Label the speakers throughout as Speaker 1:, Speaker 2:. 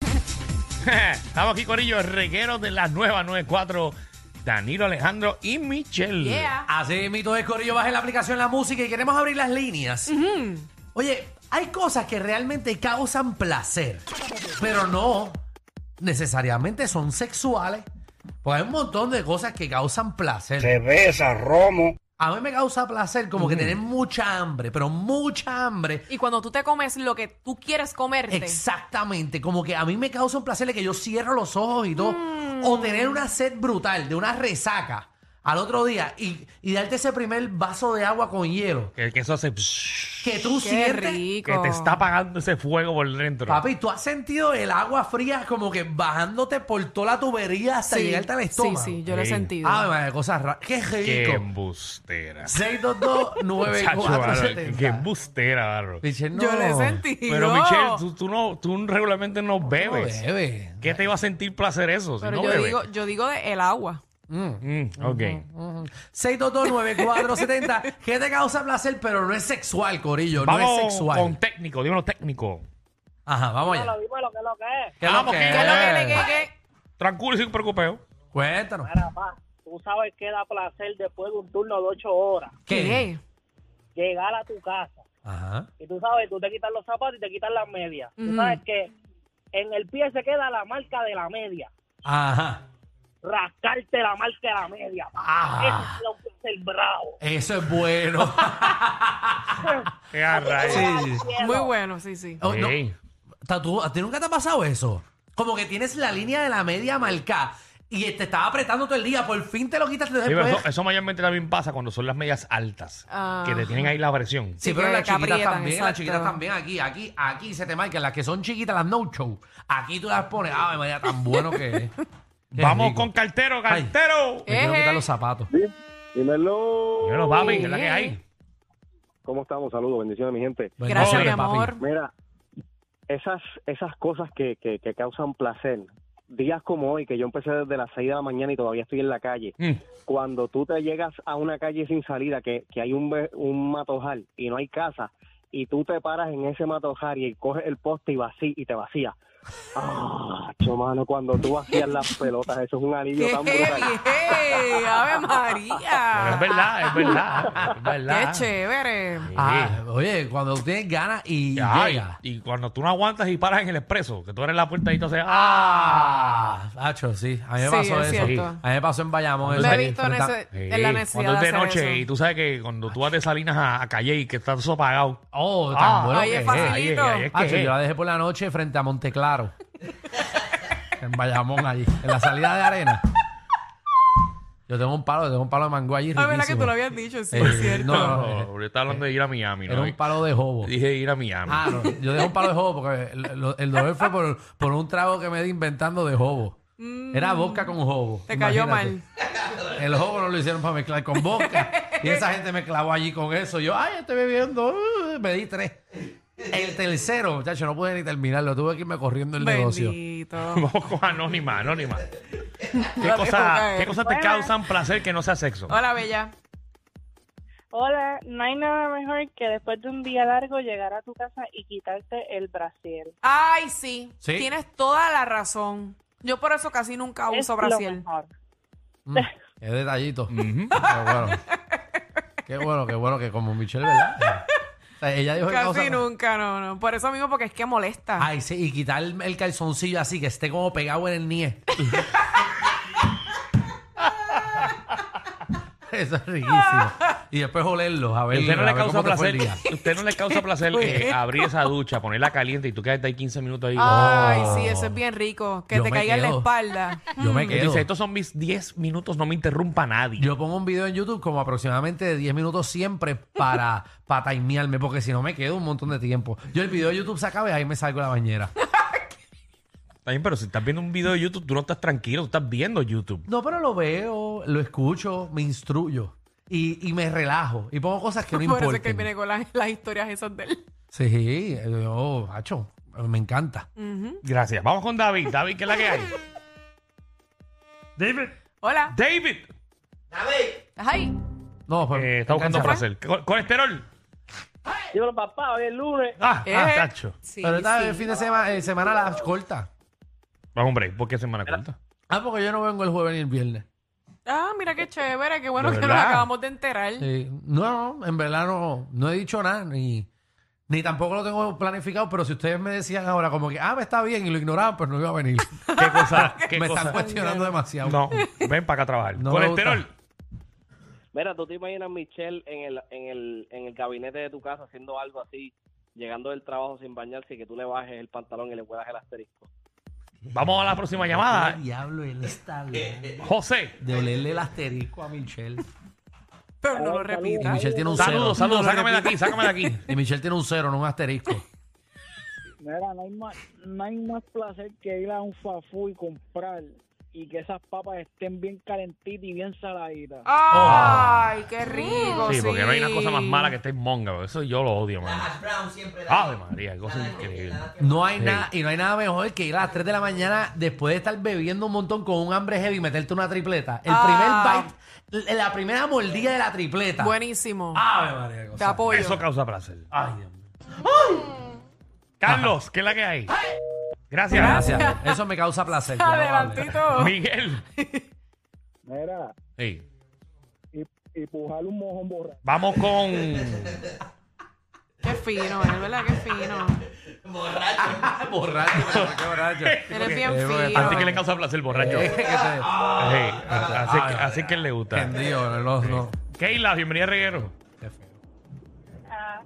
Speaker 1: Estamos aquí, Corillo, reguero de las nuevas 94. Danilo Alejandro y Michelle.
Speaker 2: Yeah.
Speaker 3: Así mito es, Corillo, baje la aplicación La Música y queremos abrir las líneas. Oye, hay cosas que realmente causan placer, pero no necesariamente son sexuales. Pues hay un montón de cosas que causan placer.
Speaker 4: cerveza, romo.
Speaker 3: A mí me causa placer como que tener mucha hambre, pero mucha hambre.
Speaker 2: Y cuando tú te comes lo que tú quieres comerte.
Speaker 3: Exactamente, como que a mí me causa un placer de que yo cierro los ojos y todo. O tener una sed brutal, de una resaca al otro día y, y darte ese primer vaso de agua con hielo.
Speaker 1: Que, que eso hace... psh,
Speaker 3: Que tú
Speaker 2: Qué
Speaker 3: sientes.
Speaker 2: rico.
Speaker 1: Que te está apagando ese fuego por dentro.
Speaker 3: Papi, ¿tú has sentido el agua fría como que bajándote por toda la tubería hasta
Speaker 2: Sí,
Speaker 3: llegarte al
Speaker 2: sí,
Speaker 3: estómago? Ah,
Speaker 2: Sí, yo lo he
Speaker 1: Sí.
Speaker 2: sentido.
Speaker 3: Ay, madre, cosas raras. Qué
Speaker 1: Qué
Speaker 3: rico.
Speaker 1: embustera. Chacho, Bárbara, qué- qué
Speaker 3: 9-4-70.
Speaker 1: embustera, bárbaro.
Speaker 3: Michelle, no.
Speaker 2: Yo lo he sentido.
Speaker 1: Pero Michelle, tú, tú no, tú regularmente no
Speaker 3: No
Speaker 1: bebes.
Speaker 3: bebe.
Speaker 1: ¿Qué te iba a sentir placer eso si
Speaker 2: Pero
Speaker 1: no
Speaker 2: yo,
Speaker 1: bebes?
Speaker 2: digo, yo digo de el agua.
Speaker 1: Mm, ok.
Speaker 3: 6229470. ¿Qué te causa placer? Pero no es sexual, Corillo.
Speaker 1: Vamos
Speaker 3: no es sexual.
Speaker 1: con técnico, dímelo técnico.
Speaker 3: Ajá, vamos allá.
Speaker 5: Dímelo, dímelo, ¿qué es lo que es?
Speaker 3: ¿Qué es lo
Speaker 1: Vamos,
Speaker 3: que
Speaker 1: ¿qué
Speaker 3: es?
Speaker 2: ¿Qué es lo que le que- que-
Speaker 1: Tranquilo y sin preocupeo.
Speaker 3: Cuéntanos.
Speaker 5: Mira, pa, tú sabes que da placer después de un turno de ocho horas.
Speaker 3: ¿Qué?
Speaker 2: ¿Qué?
Speaker 5: Llegar a tu casa.
Speaker 3: Ajá.
Speaker 5: Y tú sabes, tú te quitas los zapatos y te quitas las medias.
Speaker 2: Ujú.
Speaker 5: Tú sabes que en el pie se queda la marca de la media.
Speaker 3: Ajá.
Speaker 5: Rascarte la marca de la media. pa.
Speaker 3: Ah.
Speaker 5: Eso es lo que es el bravo.
Speaker 3: Eso es bueno.
Speaker 1: Qué a rayos.
Speaker 3: sí.
Speaker 2: Muy bueno, sí, sí.
Speaker 3: Oh, no.
Speaker 1: Ey.
Speaker 3: Tatu- ¿A ti nunca te ha pasado eso? Como que tienes la línea de la media marcada y te estaba apretando todo el día, por fin te lo quitas te
Speaker 1: Sí, pero
Speaker 3: después.
Speaker 1: eso, eso mayormente también pasa cuando son las medias altas,
Speaker 2: Ajá.
Speaker 1: que te tienen ahí la presión.
Speaker 3: Sí,
Speaker 2: Sí,
Speaker 3: pero
Speaker 2: que-
Speaker 3: las
Speaker 2: que
Speaker 3: chiquitas
Speaker 2: aprietan,
Speaker 3: también, las
Speaker 2: exacto.
Speaker 3: chiquitas también aquí, aquí, aquí se te marcan. Las que son chiquitas, las no show. Aquí tú las pones. Ay, María, tan bueno que es. Qué
Speaker 1: Vamos
Speaker 3: rico.
Speaker 1: con cartero,
Speaker 3: Ay.
Speaker 1: cartero.
Speaker 3: Me quiero
Speaker 2: Eje.
Speaker 3: quitar los zapatos.
Speaker 6: Dímelo.
Speaker 1: Bueno, papi, ¿qué es la que hay?
Speaker 6: ¿Cómo estamos? Saludos, bendiciones, mi gente.
Speaker 3: Bueno,
Speaker 2: Gracias,
Speaker 1: hombre,
Speaker 2: mi
Speaker 3: papi.
Speaker 2: amor.
Speaker 6: Mira, esas, esas cosas que, que, que causan placer, días como hoy, que yo empecé desde las 6 de la mañana y todavía estoy en la calle,
Speaker 1: Mm.
Speaker 6: cuando tú te llegas a una calle sin salida, que, que hay un, ve- un matojal y no hay casa, y tú te paras en ese matojal y coges el poste y vací, y te vacías. Ah, chomano, cuando tú vacías las pelotas, eso es un alivio
Speaker 2: ¡Qué
Speaker 6: tan brutal.
Speaker 2: bien! ¡Ave
Speaker 1: Pero es
Speaker 2: María!
Speaker 1: verdad, es verdad, es verdad.
Speaker 2: ¡Qué chévere!
Speaker 1: Sí.
Speaker 3: Ah, oye, cuando tienes ganas y
Speaker 1: Ay,
Speaker 3: llega.
Speaker 1: y cuando tú no aguantas y paras en el expreso, que tú eres la puerta y tú haces, ¡ah!
Speaker 3: Ah, Hacho, sí. A mí me
Speaker 2: Sí,
Speaker 3: pasó
Speaker 2: es
Speaker 3: eso.
Speaker 2: cierto.
Speaker 3: A mí me pasó en Bayamón.
Speaker 2: Lo
Speaker 3: eso.
Speaker 2: he visto en,
Speaker 3: Frente a-
Speaker 2: ese- en la
Speaker 1: Sí, Cuando
Speaker 2: necesidad
Speaker 1: es
Speaker 2: de
Speaker 1: de
Speaker 2: hacer
Speaker 1: noche y
Speaker 2: eso.
Speaker 1: tú sabes que cuando tú vas de Salinas a, a Calle y que está todo apagado,
Speaker 3: Oh, tan
Speaker 1: Ah,
Speaker 3: bueno
Speaker 2: ahí es
Speaker 3: que
Speaker 2: fácil.
Speaker 1: ahí es- Ah, ahí es que
Speaker 3: Hacho,
Speaker 1: es.
Speaker 3: yo la dejé por la noche frente a Monteclaro. en Bayamón, allí. En la salida de arena. Yo tengo un palo, yo tengo un palo de mango allí.
Speaker 2: Ah, verdad que
Speaker 3: riquísimo.
Speaker 2: tú lo habías dicho, sí,
Speaker 3: Eh,
Speaker 2: es cierto.
Speaker 3: no,
Speaker 1: No, no, no, yo estaba hablando de ir a Miami,
Speaker 3: Era
Speaker 1: ¿no?
Speaker 3: un palo de jobo.
Speaker 1: Dije ir a Miami.
Speaker 3: Ah, no, yo dejé un palo de jobo porque el, lo- el dolor fue por, por un trago que me di inventando de jobo. Era vodka con jobo.
Speaker 2: Mm, Te cayó
Speaker 3: imagínate. El jobo no lo hicieron para mezclar con vodka. y esa gente me clavó allí con eso. Yo, ay, estoy bebiendo. uh, me di tres. El tercero, muchacho, no pude ni terminarlo. Tuve que irme corriendo el negocio.
Speaker 2: Bendito.
Speaker 1: Vamos con Anónima, Anónima. ¿Qué
Speaker 2: La dejo
Speaker 1: cosas
Speaker 2: caer.
Speaker 1: qué cosas te
Speaker 7: Buenas.
Speaker 1: causan placer que no sea sexo?
Speaker 2: Hola, Bella.
Speaker 7: Hola, no hay nada mejor que después de un día largo llegar a tu casa y quitarte el brasier.
Speaker 2: Ay, sí.
Speaker 3: Sí.
Speaker 2: Tienes toda la razón. Yo por eso casi nunca
Speaker 7: Es
Speaker 2: uso
Speaker 7: lo
Speaker 2: Brasil.
Speaker 7: mejor.
Speaker 3: Mm, qué detallito.
Speaker 1: Ujú.
Speaker 3: Pero bueno. Qué bueno, qué bueno que como Michelle, ¿verdad? O sea, ella dijo que
Speaker 2: Casi
Speaker 3: causa-
Speaker 2: nunca, no, no. Por eso mismo, porque es que molesta.
Speaker 3: Ay, sí, y quitar el, el calzoncillo así, que esté como pegado en el nie. Eso es riquísimo. Y después olerlo, a ver.
Speaker 1: ¿Usted no
Speaker 3: a
Speaker 1: le
Speaker 3: ver
Speaker 1: causa
Speaker 3: cómo te fue el
Speaker 1: placer,
Speaker 3: día.
Speaker 1: usted no le causa placer eh, abrir esa ducha, ponerla caliente y tú quedas ahí 15 minutos ahí.
Speaker 2: Ay,
Speaker 3: Oh.
Speaker 2: sí, eso es bien rico. Que
Speaker 3: Yo
Speaker 2: te
Speaker 3: me
Speaker 2: caiga en la
Speaker 3: quedo.
Speaker 2: espalda.
Speaker 3: Yo me
Speaker 1: Y tú dices,
Speaker 3: quedo.
Speaker 1: estos son mis 10 minutos, no me interrumpa nadie.
Speaker 3: Yo pongo un video en YouTube como aproximadamente de 10 minutos siempre para, para timearme, porque si no me quedo un montón de tiempo. Yo el video de YouTube se acaba y ahí me salgo de la bañera.
Speaker 1: Está bien, pero si estás viendo un video de YouTube, tú no estás tranquilo, tú estás viendo YouTube.
Speaker 3: No, pero lo veo, lo escucho, me instruyo y, y me relajo y pongo cosas que no
Speaker 2: por eso
Speaker 3: importan.
Speaker 2: es que viene con las, las historias esas de él.
Speaker 3: Sí, yo, hacho, me encanta.
Speaker 2: Ujú.
Speaker 1: Gracias. Vamos con David. David, ¿qué es la que hay? David.
Speaker 2: Hola.
Speaker 1: David.
Speaker 2: Ay.
Speaker 3: No, pues.
Speaker 1: Eh, está buscando
Speaker 3: descansa.
Speaker 1: placer. Co- Colesterol.
Speaker 5: Dímelo, papá, hoy es lunes.
Speaker 1: Ah, ah,
Speaker 2: eh.
Speaker 1: tacho.
Speaker 2: Sí,
Speaker 3: Pero esta
Speaker 2: sí.
Speaker 3: el fin de semana, eh, semana la corta.
Speaker 1: Vamos, hombre, ¿por qué semana corta?
Speaker 3: Ah, porque yo no vengo el jueves ni el viernes.
Speaker 2: Ah, mira qué chévere, qué bueno
Speaker 1: De
Speaker 2: que nos
Speaker 1: verdad.
Speaker 2: acabamos de enterar.
Speaker 3: Sí. No, no, en verdad no, no he dicho nada, ni, ni tampoco lo tengo planificado, pero si ustedes me decían ahora como que, ah, está bien, y lo ignoraban, pues no iba a venir.
Speaker 1: ¿Qué cosa? ¿Qué
Speaker 3: me
Speaker 1: cosa?
Speaker 3: están cuestionando demasiado.
Speaker 1: No, ven para acá a trabajar.
Speaker 3: No me
Speaker 1: Colesterol.
Speaker 3: gusta.
Speaker 6: Mira, tú te imaginas Michelle en el, en el, en el gabinete de tu casa haciendo algo así, llegando del trabajo sin bañarse y que tú le bajes el pantalón y le puedas el asterisco.
Speaker 1: Vamos a la próxima llamada.
Speaker 3: Qué diablo, él está
Speaker 1: Eh,
Speaker 3: hablando
Speaker 1: José.
Speaker 3: de olerle el asterisco a Michelle.
Speaker 2: Pero no lo
Speaker 3: Y
Speaker 2: repita.
Speaker 3: Michelle tiene un cero.
Speaker 1: Saludos, saludos. Sácame de aquí, sácame de aquí.
Speaker 3: Y Michelle tiene un cero, no un asterisco.
Speaker 5: Mira, no hay más, no hay más placer que ir a un fafú y comprar y que esas papas estén bien calentitas y bien saladitas.
Speaker 2: Ay, qué rico.
Speaker 1: Ah. Sí, porque no hay una cosa más mala que esté en monga. bro. Eso yo lo odio, mano.
Speaker 4: Brown siempre da.
Speaker 1: Ave María, qué cosa increíble.
Speaker 3: No hay
Speaker 1: Sí.
Speaker 3: nada, y no hay nada mejor que ir a las 3 de la mañana después de estar bebiendo un montón con un hambre heavy y meterte una tripleta. El
Speaker 2: Ah.
Speaker 3: primer bite, la primera mordida de la tripleta.
Speaker 2: Buenísimo.
Speaker 3: Ave María, qué
Speaker 2: Te
Speaker 3: cosa.
Speaker 2: apoyo.
Speaker 1: Ah, Eso causa placer.
Speaker 3: Ay, Dios mío.
Speaker 1: Carlos, ¿qué es la que hay? Gracias.
Speaker 3: Gracias. Eso me causa placer. qué amable.
Speaker 2: Adelantito.
Speaker 1: Miguel.
Speaker 5: Mira,
Speaker 1: Sí.
Speaker 5: y, y pujar un mojón borracho.
Speaker 1: Vamos con.
Speaker 2: Qué fino, es verdad, qué fino.
Speaker 3: Ah, borracho, qué borracho.
Speaker 2: Eres bien
Speaker 3: Eh, porque
Speaker 2: fino.
Speaker 1: Así que le causa placer, borracho.
Speaker 3: Eh, que se-
Speaker 1: Sí, así,
Speaker 3: Ay,
Speaker 1: así que le gusta.
Speaker 3: Entendido, no, no.
Speaker 1: Keila, bienvenida a Reguero.
Speaker 3: Qué feo.
Speaker 7: Ah,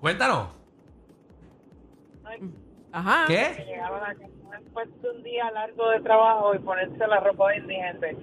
Speaker 3: Cuéntanos.
Speaker 2: Ajá.
Speaker 5: Ah.
Speaker 3: ¿Qué?
Speaker 7: llegar a la casa después de un día largo de trabajo y ponerse la ropa de indigente.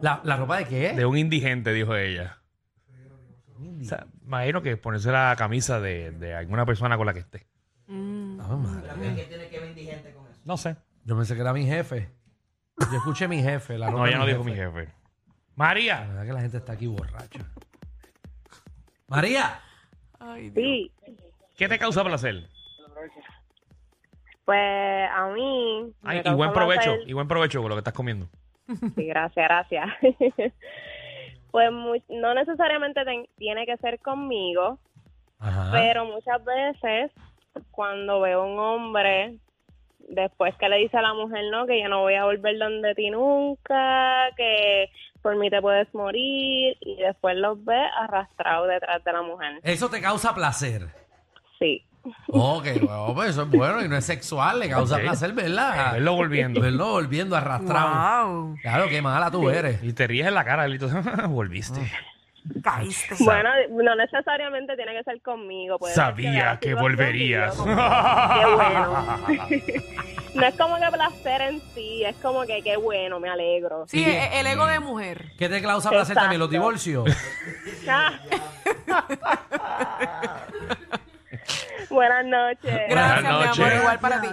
Speaker 3: ¿La, la ropa de qué?
Speaker 1: De un indigente, dijo ella. O sea, imagino que ponerse la camisa de, de alguna persona con la que esté.
Speaker 3: Ave María.
Speaker 4: ¿Qué tiene que ver indigente con eso?
Speaker 1: No sé.
Speaker 3: Yo pensé que era mi jefe. Yo escuché mi jefe. La ropa
Speaker 1: No,
Speaker 3: de
Speaker 1: ella no dijo mi jefe.
Speaker 3: La
Speaker 1: María.
Speaker 3: verdad que la gente está aquí borracha. María.
Speaker 2: Ay, Dios.
Speaker 8: Sí,
Speaker 1: ¿Qué te causa placer?
Speaker 8: pues a mí. me
Speaker 1: Ay, y
Speaker 8: causa
Speaker 1: buen provecho,
Speaker 8: placer-
Speaker 1: y buen provecho con lo que estás comiendo.
Speaker 8: Sí, gracias, gracias. pues mu- no necesariamente ten- tiene que ser conmigo,
Speaker 3: Ajá.
Speaker 8: pero muchas veces cuando veo un hombre, después que le dice a la mujer, no, que yo no voy a volver donde ti nunca, que por mí te puedes morir, y después los ve arrastrados detrás de la mujer.
Speaker 3: Eso te causa placer.
Speaker 8: Sí.
Speaker 3: Ok, bueno, pues eso es bueno y no es sexual, le causa
Speaker 1: Ok. Eh,
Speaker 3: placer, ¿verdad?
Speaker 1: Ah, Verlo volviendo.
Speaker 3: Verlo volviendo arrastrado.
Speaker 2: Wow.
Speaker 3: Claro, qué mala tú eres.
Speaker 1: Y te ríes en la cara, Lito. Volviste.
Speaker 2: Caíste.
Speaker 8: Bueno, no necesariamente tiene que ser conmigo. puede ser que vea
Speaker 1: Ah. Sabía
Speaker 8: la
Speaker 1: que
Speaker 8: situación y
Speaker 1: volverías.
Speaker 8: yo como- Qué bueno. no es como que placer en sí, es como que qué bueno, me alegro.
Speaker 2: Sí, e- el ego de mujer.
Speaker 3: ¿Qué te causa placer
Speaker 8: Exacto.
Speaker 3: también? Los divorcios.
Speaker 8: Ah. Buenas noches.
Speaker 2: Gracias,
Speaker 1: Buenas
Speaker 2: mi amor,
Speaker 1: noches.
Speaker 2: igual para ti.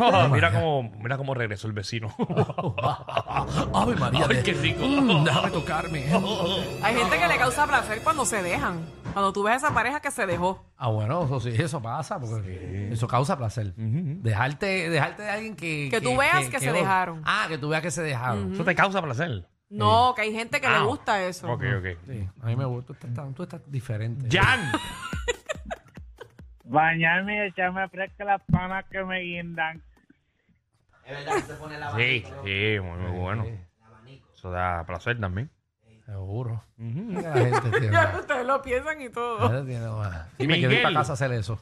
Speaker 1: Oh, mira cómo, mira cómo regresó el vecino.
Speaker 3: Ay, María.
Speaker 1: Ay,
Speaker 3: de-
Speaker 1: qué rico.
Speaker 3: Mm, déjame tocarme. ¿eh?
Speaker 2: Hay gente que le causa placer cuando se dejan. Cuando tú ves a esa pareja que se dejó.
Speaker 3: Ah, bueno, eso sí, eso pasa, porque eso causa placer. Dejarte, dejarte de alguien que...
Speaker 2: Que tú veas que se dejaron.
Speaker 3: Ah, que tú veas que se dejaron.
Speaker 1: Eso te causa placer.
Speaker 2: No, que hay gente que
Speaker 1: Ah.
Speaker 2: le gusta eso.
Speaker 1: Ok, ok.
Speaker 3: Sí, a mí me gusta. Tú estás, tan- tú estás diferente.
Speaker 1: Jan.
Speaker 5: Bañarme y echarme a fresca las panas que me guindan.
Speaker 4: Es verdad que se pone la
Speaker 1: Sí,
Speaker 4: barriga,
Speaker 1: sí, muy, muy bueno. Eso da placer también.
Speaker 3: Seguro. La gente tiene...
Speaker 2: Ya que ustedes lo piensan y
Speaker 1: Ah.
Speaker 2: todo.
Speaker 3: Ahora tiene más. Y me quedé
Speaker 1: Miguel.
Speaker 3: para casa a hacer eso.